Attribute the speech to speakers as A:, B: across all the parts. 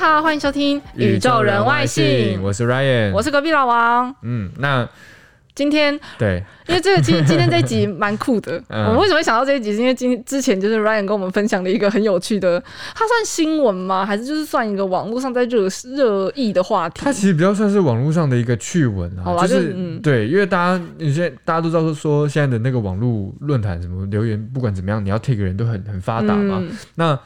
A: 好，欢迎收听《宇宙人外星》，
B: 我是 Ryan，
A: 我是隔壁老王。
B: 嗯，那
A: 今天
B: 对，
A: 因为这个今 今天这一集蛮酷的，
B: 嗯
A: 我们为什么会想到这一集？是因为今之前就是 Ryan 跟我们分享了一个很有趣的，它算新闻吗？还是就是算一个网络上在热热议的话题
B: 它？其实比较算是网络上的一个趣闻
A: 好
B: 啊，
A: 啦
B: 就是
A: 就、嗯
B: 对，因为大家有些大家都知道说现在的那个网络论坛什么留言，不管怎么样，你要 take 人都很很发达嘛。
A: 嗯
B: 那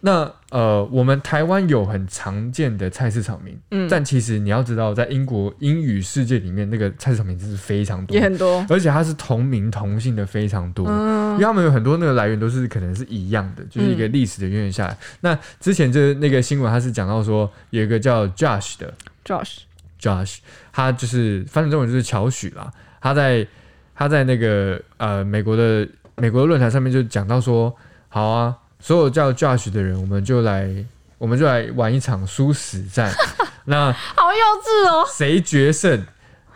B: 那呃，我们台湾有很常见的菜市场名，
A: 嗯
B: 但其实你要知道，在英国英语世界里面，那个菜市场名字是非常多
A: 也，很多，
B: 而且它是同名同姓的非常多。因
A: 嗯
B: 为他们有很多那个来源都是可能是一样的，就是一个历史的渊源下来。那之前就是那个新闻，他是讲到说有一个叫 Josh 的
A: ，Josh，
B: Josh，他就是翻成中文就是乔许啦。他在他在那个呃美国的美国的论坛上面就讲到说，好啊，所有叫 Josh 的人，我们就来我们就来玩一场殊死战。那
A: 好幼稚哦，
B: 谁决胜，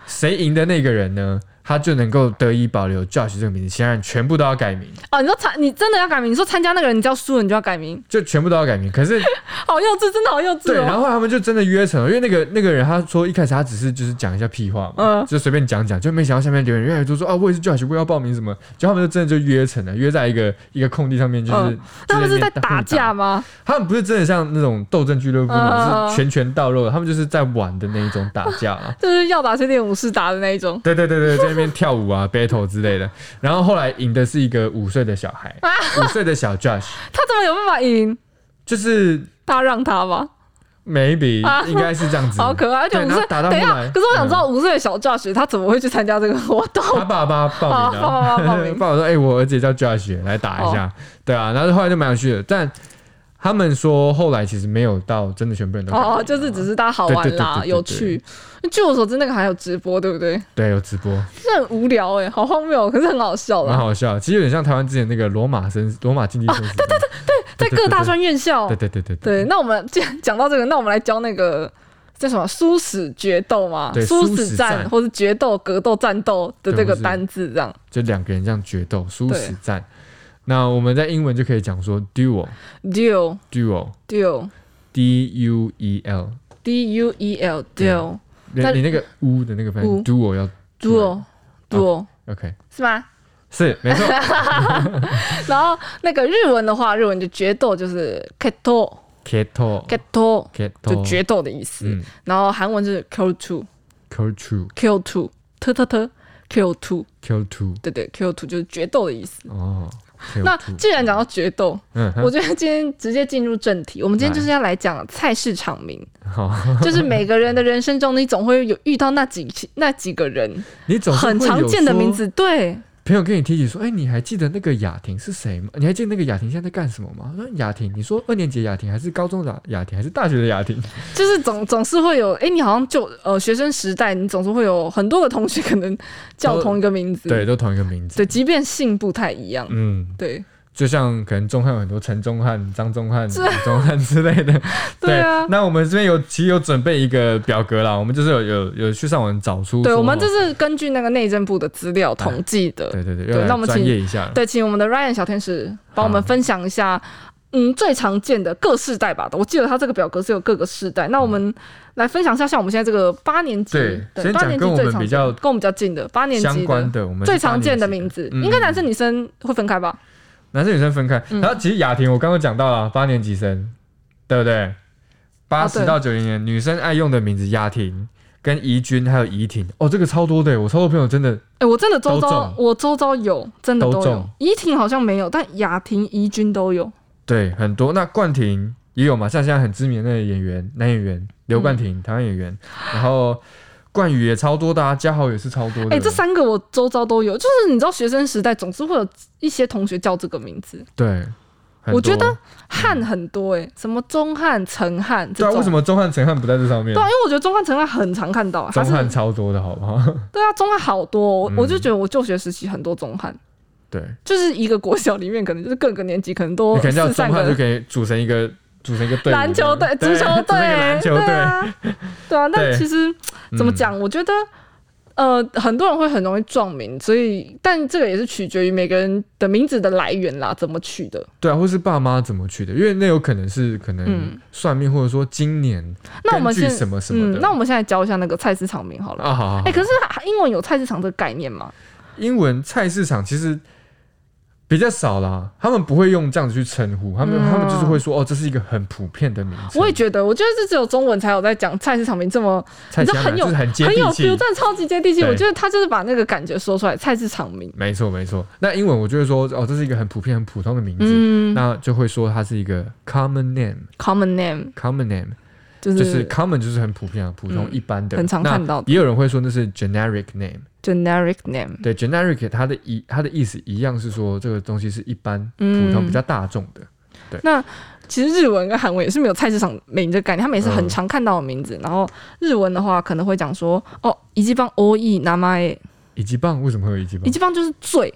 B: 谁赢的那个人呢，他就能够得以保留 Josh 这个名字，其他人全部都要改名。
A: 哦，你说参，你真的要改名？你说参加那个人，你叫输了，你就要改名，
B: 就全部都要改名，可是
A: 好幼稚，真的好幼稚
B: 对，然
A: 哦。
B: 后他们就真的约成了，因为那个那个人他说一开始他只是就是讲一下屁话嘛，
A: 嗯
B: 就随便讲讲，就没想到下面留言越来越多说啊我也是 Josh，我也要报名什么，就他们就真的就约成了，约在一个一个空地上面，就是、
A: 嗯那他们是在打架
B: 吗？
A: 吗？
B: 他们不是真的像那种斗争俱乐部
A: 嗯
B: 那
A: 嗯嗯
B: 种是拳拳到肉，他们就是在玩的那一种打架啊。
A: 就是要打是练武士打的那一种。
B: 对对对对，在那边跳舞啊、battle 之类的。然后后来赢的是一个五岁的小孩，五岁的小 Josh，
A: 他怎么有办法赢？
B: 就是
A: 他让他吧，
B: maybe、
A: 啊
B: 应该是这样子。
A: 好可爱。而且五
B: 嗯对然后
A: 岁，
B: 打到
A: 等一
B: 后
A: 下
B: 来，嗯
A: 可是我想知道五岁的小 Josh 他怎么会去参加这个活动？
B: 他爸爸报名的、
A: 啊爸爸报名 哦
B: 爸爸说：“哎、我儿子也叫 Josh，来打一下。对啊，然后后来就蛮有趣的，但他们说后来其实没有到真的全 部人都看
A: 哦
B: 过
A: 哦，就是只是大家好玩啦，
B: 对对对对对对
A: 有趣。据我所知，那个还有直播，对不 对？
B: 对有直播，
A: 这很无聊哎、好荒谬，可是很好笑
B: 蛮
A: 啦。
B: 好笑。其实有点像台湾之前那个罗马生罗马竞技生死斗、
A: 在
B: 对对对
A: 各大专院校，
B: 对对对对
A: 对，那我们既然讲到这个，那我们来教那个叫什么“殊死决斗”嘛，“
B: 对
A: 殊
B: 殊
A: 死
B: 死
A: 战”
B: 战
A: 或是“决斗”“格斗”“战斗”的
B: 对
A: 这个
B: 或是
A: 单字，这样
B: 就两个人这样决斗殊死战。那我们在英文就可以讲说 duel
A: “duel”。
B: duel
A: duel
B: d u e l，
A: d u e l duel
B: 你
A: 但
B: 你那个 u 的那个发音
A: 呜
B: duel 要
A: duel
B: 嗯
A: duel
B: OK
A: 是吗？
B: 是 没错
A: 然后那个日文的话，日文就决斗就是 keto
B: ，keto
A: keto 就
B: keto
A: 决斗的意思。
B: 嗯
A: 然后韩文就是 kill two
B: ，kill two
A: kill two t t t kill two
B: kill two
A: 对对 kill two 就是决斗的意思。
B: 哦，kill
A: 那
B: two
A: 既然讲到决斗，
B: 嗯
A: 我
B: 哼，
A: 觉得今天直接进入正题。我们今天
B: 来
A: 就是要来讲菜市场名，
B: 好，
A: 就是每个人的人生中，你总会有遇到那几那几个人
B: 你总是
A: 很
B: 会
A: 常
B: 有
A: 见的
B: 说
A: 名。字。对，
B: 朋友跟你提起说，哎，你还记得那个雅婷是谁吗？你还记得那个雅婷现在在干什么吗？那雅婷，你说二年级的雅婷还是高中的雅婷还是大学的 雅婷？
A: 就是总总是会有，哎、你好像就呃学生时代，你总是会有很多个同学可能叫同一个名字，
B: 对，都同一个名字。
A: 对，即便姓不太一样，
B: 嗯，
A: 对
B: 就像可能钟汉有很多陈钟汉、张钟汉、
A: 这
B: 李钟汉之类的。
A: 对啊
B: 那我们这边有其实有准备一个表格啦，我们就是有有有去上网找出说。哎
A: 对，我们这是根据那个内政部的资料统计的，
B: 对对对，
A: 对
B: 要
A: 那我们
B: 来专
A: 请
B: 业一下了。
A: 对，请我们的 Ryan 小天使帮我们
B: 好
A: 分享一下，嗯，最常见的各世代吧，我记得他这个表格是有各个世代，那我们来分享一下，像我们现在这个八年级
B: 嗯对，
A: 对，
B: 先
A: 八
B: 讲
A: 年级
B: 跟我
A: 最
B: 们
A: 常
B: 比
A: 见
B: 较
A: 跟我们比较近的八年
B: 相
A: 级
B: 关
A: 的
B: 的，我们
A: 最常见
B: 的
A: 的名字，
B: 嗯
A: 应该男生女生会分开吧？
B: 男生女生分开。
A: 嗯
B: 然后其实雅婷，我刚刚讲到了八年级生，对不对？八
A: 哦对
B: 十到九零年女生爱用的名字雅婷、跟怡君还有怡婷，哦，这个超多的，我超多朋友真的
A: 哎、我真的周
B: 都
A: 遭
B: 中，
A: 我周遭有，真的
B: 都
A: 都有
B: 中。
A: 怡婷好像没有，但雅婷、怡君都有。
B: 对很多。那冠廷也有嘛，像现在很知名的那个演员，男演员刘冠廷，
A: 嗯
B: 台湾演员，然后。冠宇也超多的、啊，嘉豪也是超多的。
A: 哎、这三个我周遭都有，就是你知道学生时代总是会有一些同学叫这个名字，
B: 对，啊很
A: 我觉
B: 多
A: 得汉很多哎、什么钟汉、陈汉这
B: 嗯对啊，
A: 种。
B: 为什
A: 么？
B: 么钟汉、陈汉不在这上面
A: 对？啊，因为我觉得钟汉、陈汉很常看到，啊他
B: 钟
A: 是
B: 汉超多的好不好？
A: 对啊，钟汉好多、哦，我
B: 嗯
A: 我就觉得我就学时期很多钟汉，
B: 对，
A: 就是一个国小里面可能就是各个年级可能都
B: 你可能叫
A: 四散
B: 钟汉
A: 个
B: 就可以组成一个组成一个队伍，啊
A: 篮球队、足球
B: 组成一个
A: 队、
B: 篮球
A: 对
B: 队。
A: 啊，对啊。但
B: 对
A: 其实
B: 嗯
A: 怎么？讲？我觉得呃，很多人会很容易撞名，所以但这个也是取决于每个人的名字的来源啦，怎么取的。
B: 对啊，或是爸妈怎么去的，因为那有可能是可能
A: 嗯
B: 算命，或者说今年
A: 那我们
B: 根
A: 先
B: 据什么什么的。
A: 嗯，那我们现在教一下那个菜市场名好了。
B: 啊，好好好
A: 哎、可是英文有菜市场这个概念吗？
B: 英文菜市场其实比较少啦，他们不会用这样子去称呼，他们、
A: 嗯
B: 他们就是会说哦，这是一个很普遍的名字。
A: 我也觉得，我觉得这只有中文才有在讲菜市场名这么
B: 菜市场啊
A: 你知道很有
B: 就是很接
A: 很有
B: 地
A: feel，
B: 气。
A: 真的超级接地气。
B: 对
A: 我觉得他就是把那个感觉说出来，菜市场名。
B: 没错没错，那英文我就会说哦，这是一个很普遍、很普通的名字，
A: 嗯
B: 那就会说它是一个 common name，common
A: ，common name
B: name
A: 就是
B: 就是 common 就是很普遍、很普通、
A: 嗯
B: 一般的，
A: 很常看到的
B: 那也有人会说那是 generic name，
A: generic name。
B: 对 generic 它的一它的意思一样是说这个东西是一般、
A: 嗯
B: 普通、比较大众的。
A: 那其实日文跟韩文也是没有菜市场名这个概念，他们也是
B: 嗯
A: 很常看到的名字。然后日文的话可能会讲说，哦，一级棒 O E 拿麦，
B: 以及棒为什么会有以及棒
A: 一？级棒就是最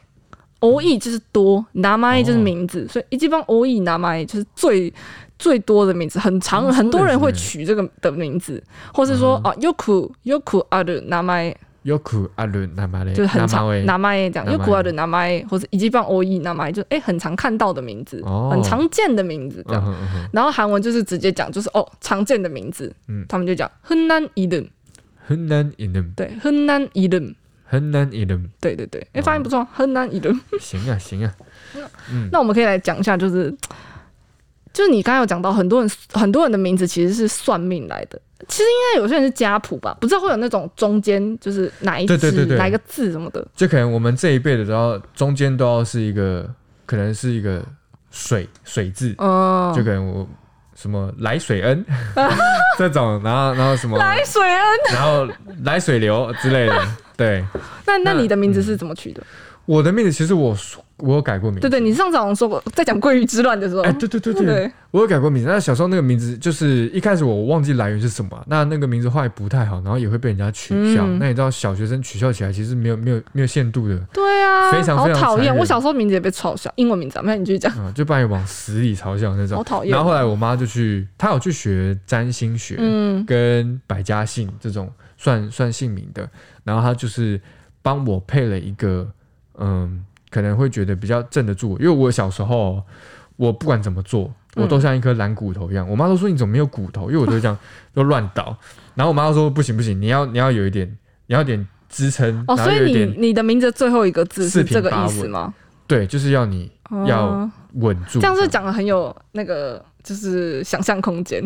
A: ，O E 就是多，拿麦就是名
B: 哦
A: 字，所以一级棒 O E 拿麦就是最。最多的名字很
B: 哦
A: 长，很多人
B: そう
A: 会
B: です
A: 取这个的名字，或是说
B: 嗯
A: 啊，yoku yoku ある名前
B: Yoku Alun Namale，
A: 就是很常
B: Namale
A: 名前这样
B: 名前
A: ，yoku ある名前或者一级棒 O E 名前，就哎、很常看到的名字，
B: 哦
A: 很常见的名字这样
B: 嗯。哼嗯哼
A: 然后韩文就是直接讲，就是哦常见的名字，
B: 嗯
A: 他们就讲 Hunan i d
B: 很难赢的，
A: 对 Hunan i d
B: 很难赢的，
A: 对对对，
B: 哦
A: 哎、发音不错，Hunan i d
B: 行啊行啊，
A: 那我们可以来讲一下，就是就是你刚才有讲到，很多人很多人的名字其实是算命来的，其实应该有些人是家谱吧，不知道会有那种中间就是哪一
B: 对
A: 字
B: 对对对
A: 哪一个字什么的，
B: 就可能我们这一辈的都要中间都要是一个，可能是一个水水字，
A: 嗯，
B: 就可能我什么来水 恩这种，然后然后什么，
A: 白水恩，
B: 然后来水流之类的，对，
A: 那那
B: 那嗯
A: 你的名字是怎么取的？
B: 我的名字其实我我有改过名字，
A: 对对，你上次好像说过，在讲桂鱼之乱的时候，
B: 哎对对对
A: 对
B: 对，我有改过名字，那小时候那个名字就是一开始我忘记来源是什么，那那个名字后来不太好，然后也会被人家取笑。
A: 嗯
B: 那你知道小学生取笑起来其实没有没有没有限度的
A: 对啊，
B: 非常非常
A: 好讨
B: 残
A: 厌。
B: 忍
A: 我小时候名字也被嘲笑，英文名字啊，那你继续讲。
B: 啊、就把你往死里嘲笑那种
A: 好。讨厌。
B: 然后后来我妈就去，她有去学占星学、
A: 嗯
B: 跟百家姓这种算算姓名的，然后她就是帮我配了一个嗯，可能会觉得比较镇得住我，因为我小时候我不管怎么做。我
A: 嗯
B: 都像一颗懒骨头一样，我妈都说你怎么没有骨头，因为我都会这样都乱倒。然后我妈说不行不行，你要你要有一点，你要有点支撑，
A: 哦，
B: 然
A: 所
B: 后有
A: 以
B: 一
A: 你
B: 点
A: 你的名字最后一个字
B: 四
A: 是
B: 平
A: 这个意
B: 八稳
A: 思吗？
B: 对，就是要你要
A: 哦，
B: 稳住。
A: 这样是讲的很有那个就是想象空间。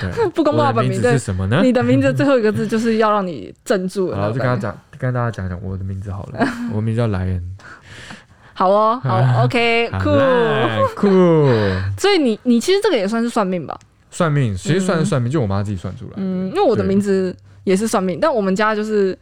B: 对
A: 不 公布
B: 我
A: 老
B: 的
A: 本
B: 名
A: 名，
B: 字是
A: 对，
B: 什么呢？
A: 你的名字最后一个字就是要让你镇 住了
B: 好，
A: 那
B: 就
A: 种
B: 跟他
A: 感觉。
B: 讲，跟大家讲讲我的名字好了，我的名字叫莱恩，
A: 好哦， 好，OK，酷。
B: 酷，
A: 所以你你其实这个也算是算命吧？
B: 算命其实算是算命，就我妈自己算出来的。
A: 嗯，因为我的名字也是算命，但我们家就是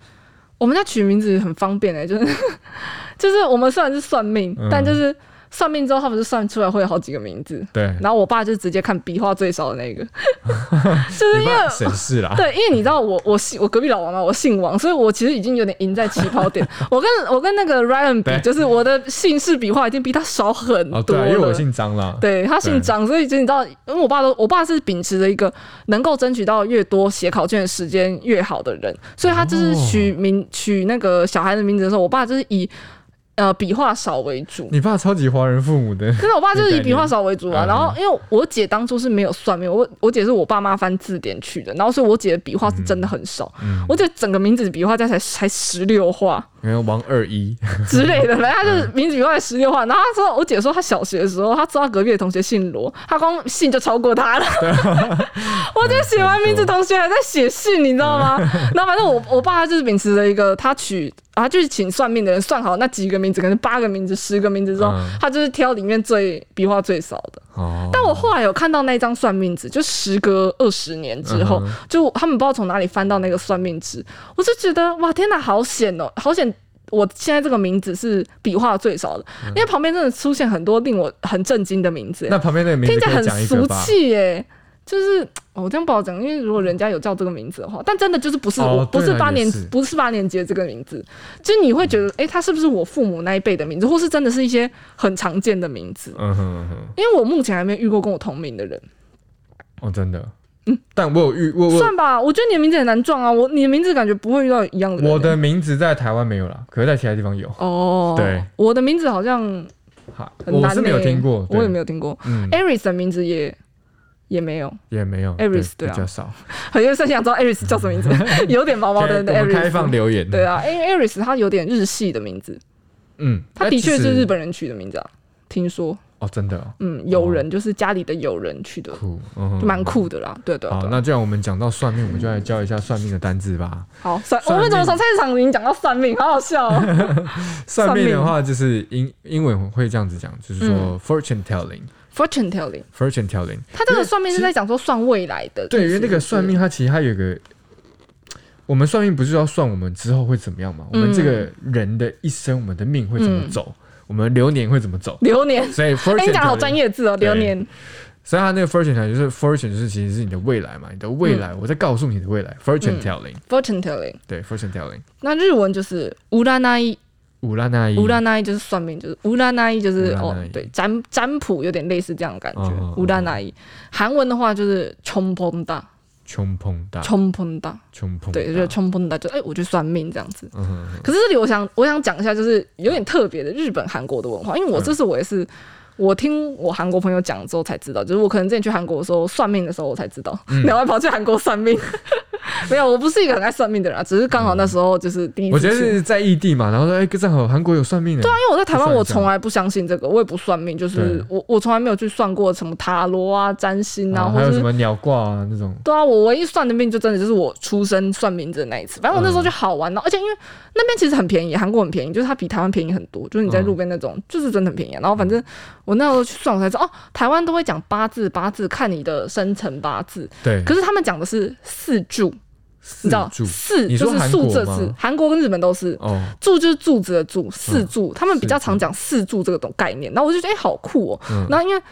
A: 我们家取名字很方便哎、就是 就是我们虽然是算命，
B: 嗯
A: 但就是算命之后他们就算出来会有好几个名字。
B: 对，
A: 然后我爸就直接看笔画最少的那个，就是
B: 你
A: 因为
B: 爸省事啦，
A: 对，因为你知道我我姓我隔壁老王嘛，我姓王，所以我其实已经有点赢在起跑 点。我跟我跟那个 Ryan
B: 对
A: 比，就是我的姓氏笔画已经比他少很
B: 哦
A: 多
B: 对啊，
A: 了。
B: 因为我姓张啦，
A: 对他姓张，所以就你知道，因为我爸都，我爸是秉持着一个能够争取到越多写考卷的时间越好的人，所以他就是取
B: 哦
A: 名、取那个小孩的名字的时候，我爸就是以呃笔画少为主。
B: 你爸超级华人父母的，
A: 可是我爸就是以笔画少为主啊，
B: 嗯
A: 然后因为我姐当初是没有算命，我我姐是我爸妈翻字典取的，然后所以我姐的笔画是真的很少，
B: 嗯，
A: 我姐整个名字笔画加起来才十六画，
B: 因为王二一，
A: 之类的，嗯反正他就是名字以外十六画。然后他说，我姐说她小学的时候，她知道隔壁的同学姓罗，她光姓就超过他了。 我就写完名字，同学还在写信，你知道 吗？然后反正我我爸他就是秉持着一个，他取他就是请算命的人算好那几个名字，可能八个名字、十个名字之后，
B: 嗯
A: 他就是挑里面最笔画最少的。
B: 哦，
A: 但我后来有看到那张算命纸，就时隔二十年之后，
B: 嗯哼
A: 就他们不知道从哪里翻到那个算命纸，我就觉得哇，天哪，好险哦，好险！我现在这个名字是笔画最少的，因为旁边真的出现很多令我很震惊的名字耶，
B: 嗯那旁边那个名
A: 听
B: 字
A: 起来
B: 可
A: 很
B: 以讲一
A: 俗
B: 个吧？
A: 气耶。就是哦我这样不好讲，因为如果人家有叫这个名字的话，但真的就是不是
B: 哦
A: 我，不
B: 对
A: 是
B: 啦
A: 八
B: 也
A: 年
B: 是，
A: 不是八年级的这个名字，就你会觉得，诶，他是不是我父母那一辈的名字，或是真的是一些很常见的名字？
B: 嗯哼嗯哼，
A: 因为我目前还没有遇过跟我同名的人。
B: 哦，真的，但我有遇我我
A: 嗯算吧，我觉得你的名字很难撞啊，我你的名字感觉不会遇到一样的人。
B: 我的名字在台湾没有啦，可是在其他地方有。
A: 哦，
B: 对，
A: 我的名字好像
B: 哈，
A: 很
B: 我
A: 难、欸，
B: 是没有听过，
A: 我也没
B: 有，
A: 有听过。
B: 嗯，
A: Aris 的名字也也没有，
B: 也没有
A: Aris，对啊
B: 比较少。
A: 很多人想知道 Aris 叫什么名 字，有点毛毛的
B: 现在我们
A: Aris。
B: 开放留言，
A: 对，啊，因为 Aris 他有点日系的名字，
B: 嗯，
A: 他
B: 那
A: 的
B: 其
A: 确
B: 实
A: 是日本人取的名字啊。听说，
B: 哦，真的哦
A: 嗯，友人就是家里的友人取的，
B: 酷，嗯
A: 就蛮。酷的啦。对对啊
B: 好，
A: 对，
B: 那既然我们讲到算命，我们就来教一下算命的单字吧。
A: 好算，我
B: 算
A: 们怎么
B: 命
A: 从菜市场已经讲到算命，好好笑哦。
B: 算
A: 命
B: 命嗯的话，就是英英文会这样子讲，就是说 fortune telling，fortune
A: Fortune telling，
B: telling。
A: 他这个算命是在讲说算未来的，
B: 对，因
A: 于
B: 为那个算命，它其实它有一个，我们算命不是要算我们之后会怎么样嘛？嗯我们这个人的一生，我们的命会怎么走，我们流年会怎么走。
A: 流年。
B: 所以
A: 哎，
B: fortune
A: 你讲好专
B: telling，
A: 业字哦，
B: 对
A: 流年。
B: 所以它那个 fortune telling 就是 fortune 就是其实是你的未来嘛，你的未来，我在告诉你的未来 fortune
A: 嗯
B: telling，
A: Fortune telling，
B: 对 fortune telling。
A: 那日文就是乌拉那伊，
B: 乌拉那伊，
A: 乌拉那伊就是算命，就是乌拉那伊就是
B: 嗯乌
A: 哦
B: 拉那伊，
A: 对，占占卜有点类似这样的感
B: 哦哦
A: 觉
B: 哦。
A: 乌拉那伊，韩文的话就是冲碰大，
B: 啊穷碰大，
A: 冲碰大，
B: 穷碰大，
A: 对，就是冲碰大，就哎，我去算命这样子。
B: 嗯哼哼
A: 可是这里我想我想讲一下，就是有点特别的日本、韩国的文化，因为
B: 嗯
A: 我这次我也是。我听我韩国朋友讲之后才知道，就是我可能之前去韩国的时候算命的时候，我才知道，
B: 嗯
A: 然后还跑去韩国算命。 没有，我不是一个很爱算命的人啊，只是刚好那时候就是第一次去。
B: 我觉得是在异地嘛，然后说哎，正好韩国有算命的，对啊，
A: 因为我在台湾，
B: 算一
A: 我
B: 下
A: 从来不相信这个，我也不算命，就是
B: 对
A: 我我从来没有去算过什么塔罗啊、占星啊，或
B: 哦还有
A: 者
B: 什
A: 是
B: 么鸟卦啊那种，
A: 对啊，我唯一算的命就真的就是我出生算名字的那一次。反正我那时
B: 嗯
A: 候就好玩了，而且因为那边其实很便宜，韩国很便宜，就是它比台湾便宜很多，就是你在路边那种、
B: 嗯
A: 就是真的很便宜啊、然后反正我那时候去算，我才知道哦，台湾都会讲八字，八字看你的生辰八字，
B: 对，
A: 可是他们讲的是四柱，
B: 四
A: 你知道
B: 柱
A: 四
B: 你
A: 就
B: 说
A: 是
B: 韩
A: 数
B: 国
A: 字
B: 吗
A: 字，韩国跟日本都是。
B: 哦，
A: 柱就是柱子的柱，四
B: 嗯
A: 柱，他们比较
B: 四柱
A: 常讲四柱这个种概念。然后我就觉得，哎、好酷哦、
B: 嗯
A: 然后因为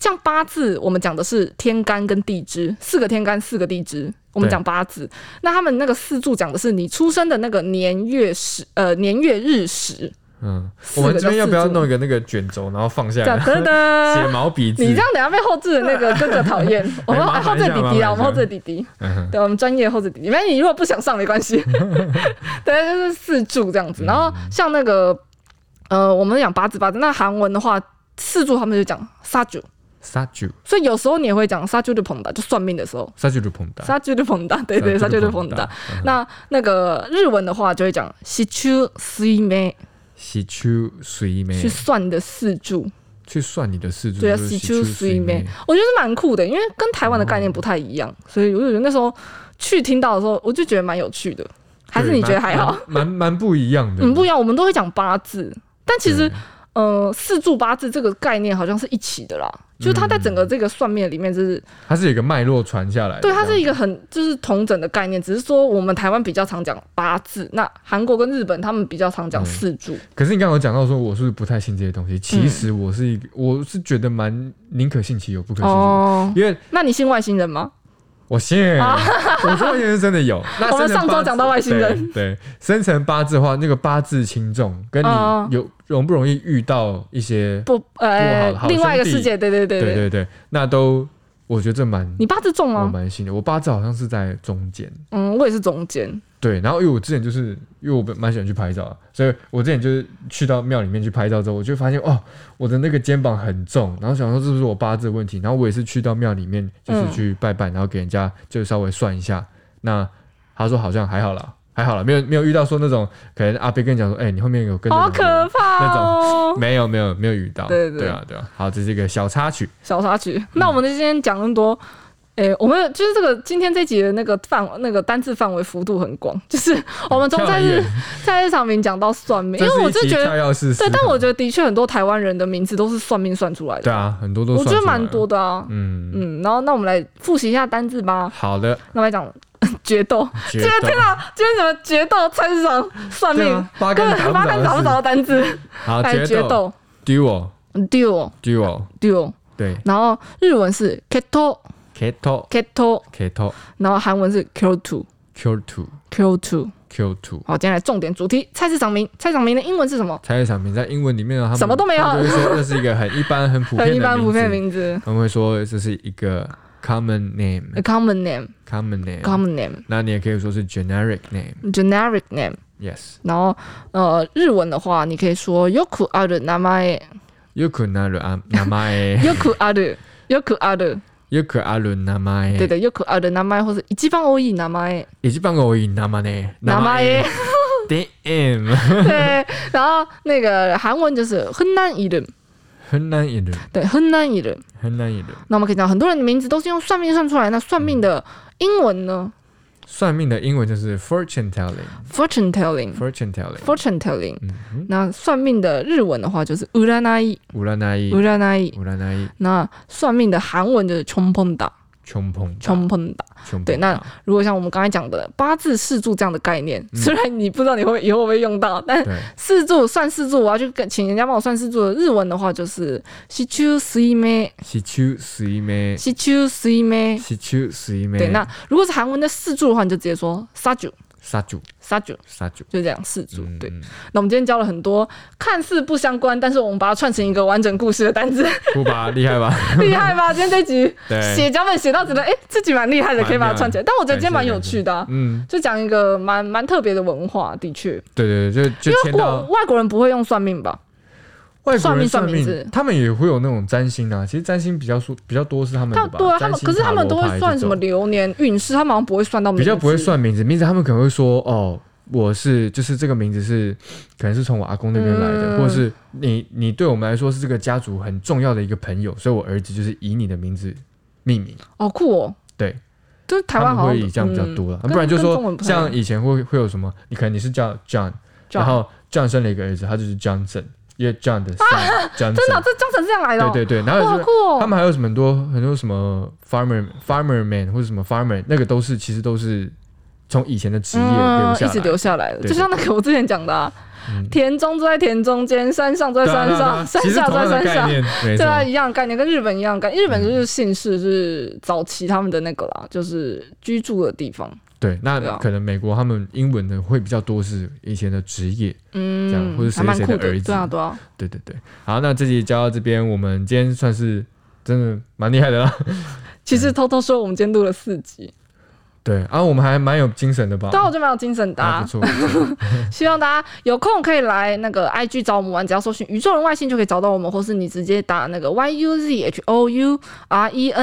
A: 像八字，我们讲的是天干跟地支，四个天干，四个地支，我们
B: 对
A: 讲八字。那他们那个四柱讲的是你出生的那个年月时，呃，年月日时，
B: 嗯，
A: 四
B: 我
A: 个
B: 们这边要不
A: 叫
B: 要
A: 四柱
B: 弄一个那个卷轴，然后放下
A: 这样
B: 来，
A: 噔
B: 写
A: 噔。
B: 毛笔字，
A: 你这样等下被后置的 那个哥哥讨厌，我们
B: 麻
A: 哎
B: 烦
A: 后置的弟弟啊，我
B: 一下麻烦一下
A: 们后置的弟弟，
B: 嗯哼
A: 对，我们专业后置弟弟。反正你如果不想上没关 系，对，就是四柱这样
B: 嗯
A: 子。然后像那个呃，我们讲八字八字，那韩文的话，四柱他们就讲杀柱，
B: 杀猪，
A: 所以有时候你也会讲杀柱的碰打，就算命的时候，
B: 杀猪就碰到，
A: 杀柱的碰打，对对，杀
B: 啊杀
A: 柱
B: 猪
A: 的
B: 就
A: 碰
B: 碰
A: 打
B: 打。
A: 那那个日文的话就会讲西丘水梅，
B: 喜出水梅
A: 去，算你的四柱，
B: 去算你的四柱，
A: 对啊，
B: 就是
A: 西
B: 喜
A: 丘
B: 出
A: 水
B: 水
A: 梅
B: 梅，，
A: 我觉得是蛮酷的，因为跟台湾的概念不太一样，所以我就觉得那时候去听到的时候，我就觉得蛮有趣的。还是
B: 对
A: 你觉得还好？？
B: 蛮蛮蛮蛮不一样的，
A: 嗯，不一样，我们都会讲八字，但其实
B: 对
A: 呃，四柱八字这个概念好像是一起的啦，就是它在整个这个算命里面，就是、
B: 它是有一个脉络传下来的这
A: 对
B: 样
A: 它
B: 子，
A: 是一个很就是同整的概念，只是说我们台湾比较常讲八字，那韩国跟日本他们比较常
B: 嗯
A: 讲四柱，
B: 可是你刚刚有讲到说我是不是不太信这些东西，
A: 嗯
B: 其实我是一个，我是觉得蛮宁可信其有，不可信其无，
A: 哦。
B: 因为
A: 那你信外星人吗？
B: 我信，我说外星人真的 有。那
A: 啊我们
B: 生辰
A: 上周
B: 八字
A: 讲到外星人，
B: 对对生辰八字的话，那个八字轻重跟你
A: 哦
B: 有容不容易遇到一些，
A: 不，
B: 不
A: 呃
B: 好的，好
A: 另外一个
B: 兄弟
A: 世界，对对对
B: 对对对，那都我觉得这蛮
A: 你八啊字重
B: 我
A: 吗？
B: 蛮信的。我八字好像是在中间，
A: 嗯，我也是中间。
B: 对。然后因为我之前就是因为我蛮喜欢去拍照啊，所以我之前就是去到庙里面去拍照之后，我就发现哦，我的那个肩膀很重，然后想说是不是我八字的问题？然后我也是去到庙里面就是
A: 嗯
B: 去拜拜，然后给人家就稍微算一下。那他说好像还好啦，还好啦，没有没有遇到说那种可能阿贝跟你讲说，哎、你后面有跟着
A: 好
B: 哪个人
A: 可怕哦！
B: 没有没有没有遇到，
A: 对对
B: 啊对啊。好，这是一个小插曲，
A: 小插曲。
B: 嗯
A: 那我们今天讲那么多，诶、我们就是这个今天这集的那个范那个单字范围幅度很广， 就是我们从
B: 跳
A: 在
B: 很
A: 日
B: 远
A: 在日常名讲到算命，因
B: 这
A: 为
B: 是
A: 我
B: 一
A: 就
B: 集
A: 觉
B: 跳
A: 得
B: 跃式思
A: 对，但
B: 考
A: 我觉得的确很多台湾人的名字都是算命算出来的，
B: 对，啊，很多都
A: 我觉
B: 算
A: 得
B: 出来
A: 蛮
B: 了，
A: 多的啊。
B: 嗯。
A: 嗯，然后那我们来复习一下单字吧。
B: 好 的，
A: 那我来讲决斗，
B: 决
A: 天
B: 斗
A: 今天什么决斗、菜市场、算
B: 对
A: 命
B: 啊，八
A: 根
B: 竿
A: 本 八竿找不
B: 子打不
A: 着
B: 着
A: 的单字。
B: 好
A: 来决
B: 决斗
A: 斗
B: duo
A: ，duo
B: duo
A: duo，
B: 对
A: 然后日文是 keto
B: keto
A: keto，
B: keto
A: 然后韩文是 Q two
B: q two
A: Q two。
B: q two
A: 好，接下来重点主题，菜市场名，菜市场名的英文是什么？
B: 才有产品在英文里面呢，他们
A: 什么都没有
B: 他们就会说这是一个很一般、很普
A: 很
B: 遍的
A: 呃一般普遍的
B: 名字。
A: 名字。
B: 他们会说这是一个 common
A: A
B: name，common
A: common name,
B: name。
A: common name,
B: 那你也可以说是 generic name。
A: generic name。
B: Yes，
A: 然后呃，日文的话，你可以说 yoku aru namae,
B: よくなるあ名 前、
A: yoku aru, yoku aru，
B: よくある名前。
A: 对的，yoku aru namae 或者一番多い名前，
B: 一番多い名前。
A: 名 前。
B: 前。DM。
A: 对，然后那个韩文就是很难一人，
B: 很难いる，
A: 对，很难一人。
B: 很难いる。
A: 那我们可以讲，很多人的名字都是用算命算出来。那算命的英文呢
B: 算命的英文就是 fortune
A: ？fortune
B: telling，fortune
A: telling。
B: telling。
A: fortune telling，
B: 嗯哼，
A: 那算命的日文的话就是 uranai
B: 占い、
A: uranai，
B: 占い、
A: 那算命的韩文就是 chomponda
B: チョンポンダ、
A: chomponda。
B: チョンポンダ
A: 对那如果像我们刚才讲的八字四柱这样的概念，虽然你不知道你会以后会不会用到，但
B: 对
A: 四柱算四柱，我要去跟请人家帮我算四柱的日文的话就是西丘水梅
B: 死中水明、
A: 西丘水梅。
B: 死中水明。
A: 对，那如果是韩文的四柱的话，你就直接说沙九
B: 杀猪
A: 沙九，
B: 杀猪，
A: 就这样四柱。
B: 嗯
A: 对，
B: 嗯
A: 那我们今天教了很多看似不相关，但是我们把它串成一个完整故事的单 字。
B: 不吧，厉害吧？
A: 厉害吧？今天这 集
B: 对
A: 写脚本写到觉得，哎、自己蛮厉害的，可以把它串起来。但我觉得今天蛮有趣的啊、
B: 嗯，
A: 就讲一个蛮蛮特别的文化，的确，
B: 对对对，就就
A: 因为
B: 签
A: 国
B: 到
A: 外国人不会用算命吧？
B: 外国
A: 算
B: 人
A: 命
B: 算
A: 算名
B: 命
A: 字，
B: 他们也会有那种占星啊。其实占星比较说比较多是他们
A: 他
B: 的吧，
A: 对啊，他们
B: 占星
A: 可是他们都
B: 塔罗
A: 会
B: 牌
A: 算
B: 这
A: 什么
B: 种
A: 流年运势，他们好像不会算到名
B: 比
A: 字
B: 较不会。算名字，名字他们可能会说哦。我是就是这个名字是，可能是从我阿公那边来的，
A: 嗯
B: 或者是你你对我们来说是这个家族很重要的一个朋友，所以我儿子就是以你的名字命名。
A: 哦，酷哦，
B: 对，
A: 就是台
B: 他
A: 湾
B: 们
A: 好像
B: 会以这样比较多了，
A: 嗯
B: 不然就
A: 跟跟中
B: 说
A: 文不太一样
B: 像以前会会有什么，你可能你是叫 John，然后 John 生了一个儿子，他就是 Johnson，因为 John 的
A: 啊真
B: son，Johnson，
A: 的、这装成这样来的、哦，
B: 对对对，然
A: 哇，
B: 后
A: 好
B: 就
A: 酷
B: 是他
A: 哦。
B: 们还有什么很多很多什么 farmer farmer man 或者什么 farmer，那个都是其实都是从以前的职业留下
A: 嗯一直
B: 来。
A: 留下来的，
B: 对
A: 就像那个我之前讲的、啊，
B: 嗯
A: 田中都在田中间，山上都在
B: 对啊
A: 山
B: 对啊对
A: 上，
B: 啊
A: 山
B: 其实
A: 下
B: 同
A: 都在山
B: 样的概
A: 上，
B: 念，
A: 对
B: 没错，
A: 啊，一样的概念，跟日本一样的概念。日本就是姓氏是早期他们的那个
B: 嗯
A: 啦，就是居住的地方。
B: 对。
A: 对
B: 那
A: 啊
B: 可能美国他们英文的会比较多，是以前的职业，这样
A: 嗯
B: 或者，谁
A: 还蛮
B: 谁的
A: 酷
B: 儿
A: 的，
B: 子
A: 对啊，对啊，
B: 对对对。好，那这集教到这边，我们今天算是真的蛮厉害的 啦。
A: 其实偷偷说，我们今天录了四集，
B: 对，啊，我们还蛮有精神的吧？
A: 对啊，我就蛮有精神的
B: 还
A: 啊
B: 不。错，不错
A: 希望大家有空可以来那个 IG 找我们玩，只要搜寻“宇宙人外星”就可以找到我们，或是你直接打那个 YUZHOUREN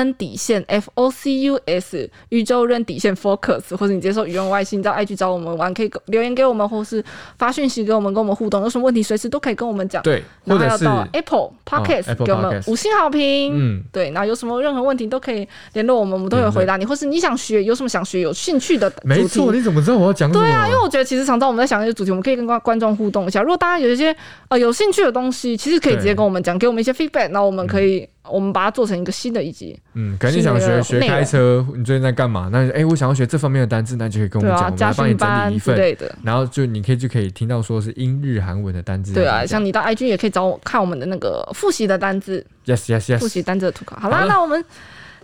A: E 底线 FOCUS 宇宙人底线 Focus，或者你接受宇宙人外星到 IG 找我们玩，可以留言给我们，或是发讯息给我们，跟我们互动，有什么问题随时都可以跟我们讲。
B: 对，
A: 然
B: 或
A: 后还
B: 者
A: 有
B: 是哦
A: 到 Apple Podcast、
B: Apple
A: 给我们
B: Podcast
A: 五星好评。
B: 嗯，
A: 对，然后有什么任何问题都可以联络我们，我们都
B: 对
A: 有
B: 对
A: 回答你，或是你想学有什么想学有兴趣的主题，
B: 没错。你怎么知道我要讲什么？
A: 对啊，因为我觉得其实常常我们在想一些主题，我们可以跟观观众互动一下。如果大家有一些呃有兴趣的东西，其实可以直接
B: 对
A: 跟我们讲，给我们一些 feedback，那我们可以、我们把它做成一个新的一集。
B: 嗯，可能你想
A: 新
B: 学
A: 的
B: 学
A: 内容
B: 开车，你最近在干嘛？那哎、诶我想要学这方面的单字，那就可以跟我
A: 对
B: 们讲，
A: 啊，
B: 我们
A: 家
B: 来帮
A: 训班
B: 你整理一
A: 之
B: 份。
A: 类的。
B: 然后就你可以就可以听到说是英日韩文的单字。
A: 对啊，像你到 IG 也可以找我看我们的那个复习的单字，
B: yes yes
A: 复习
B: yes，
A: 单字的图考。好
B: 好
A: 啦
B: 了，
A: 那我们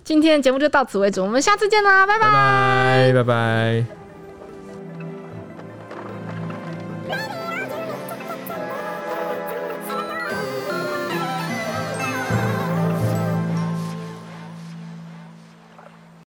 A: 今天的节目就到此为止，我们下次见啦，拜拜。
B: 拜拜拜拜。
C: La la la la la la la la la la la la la la la la la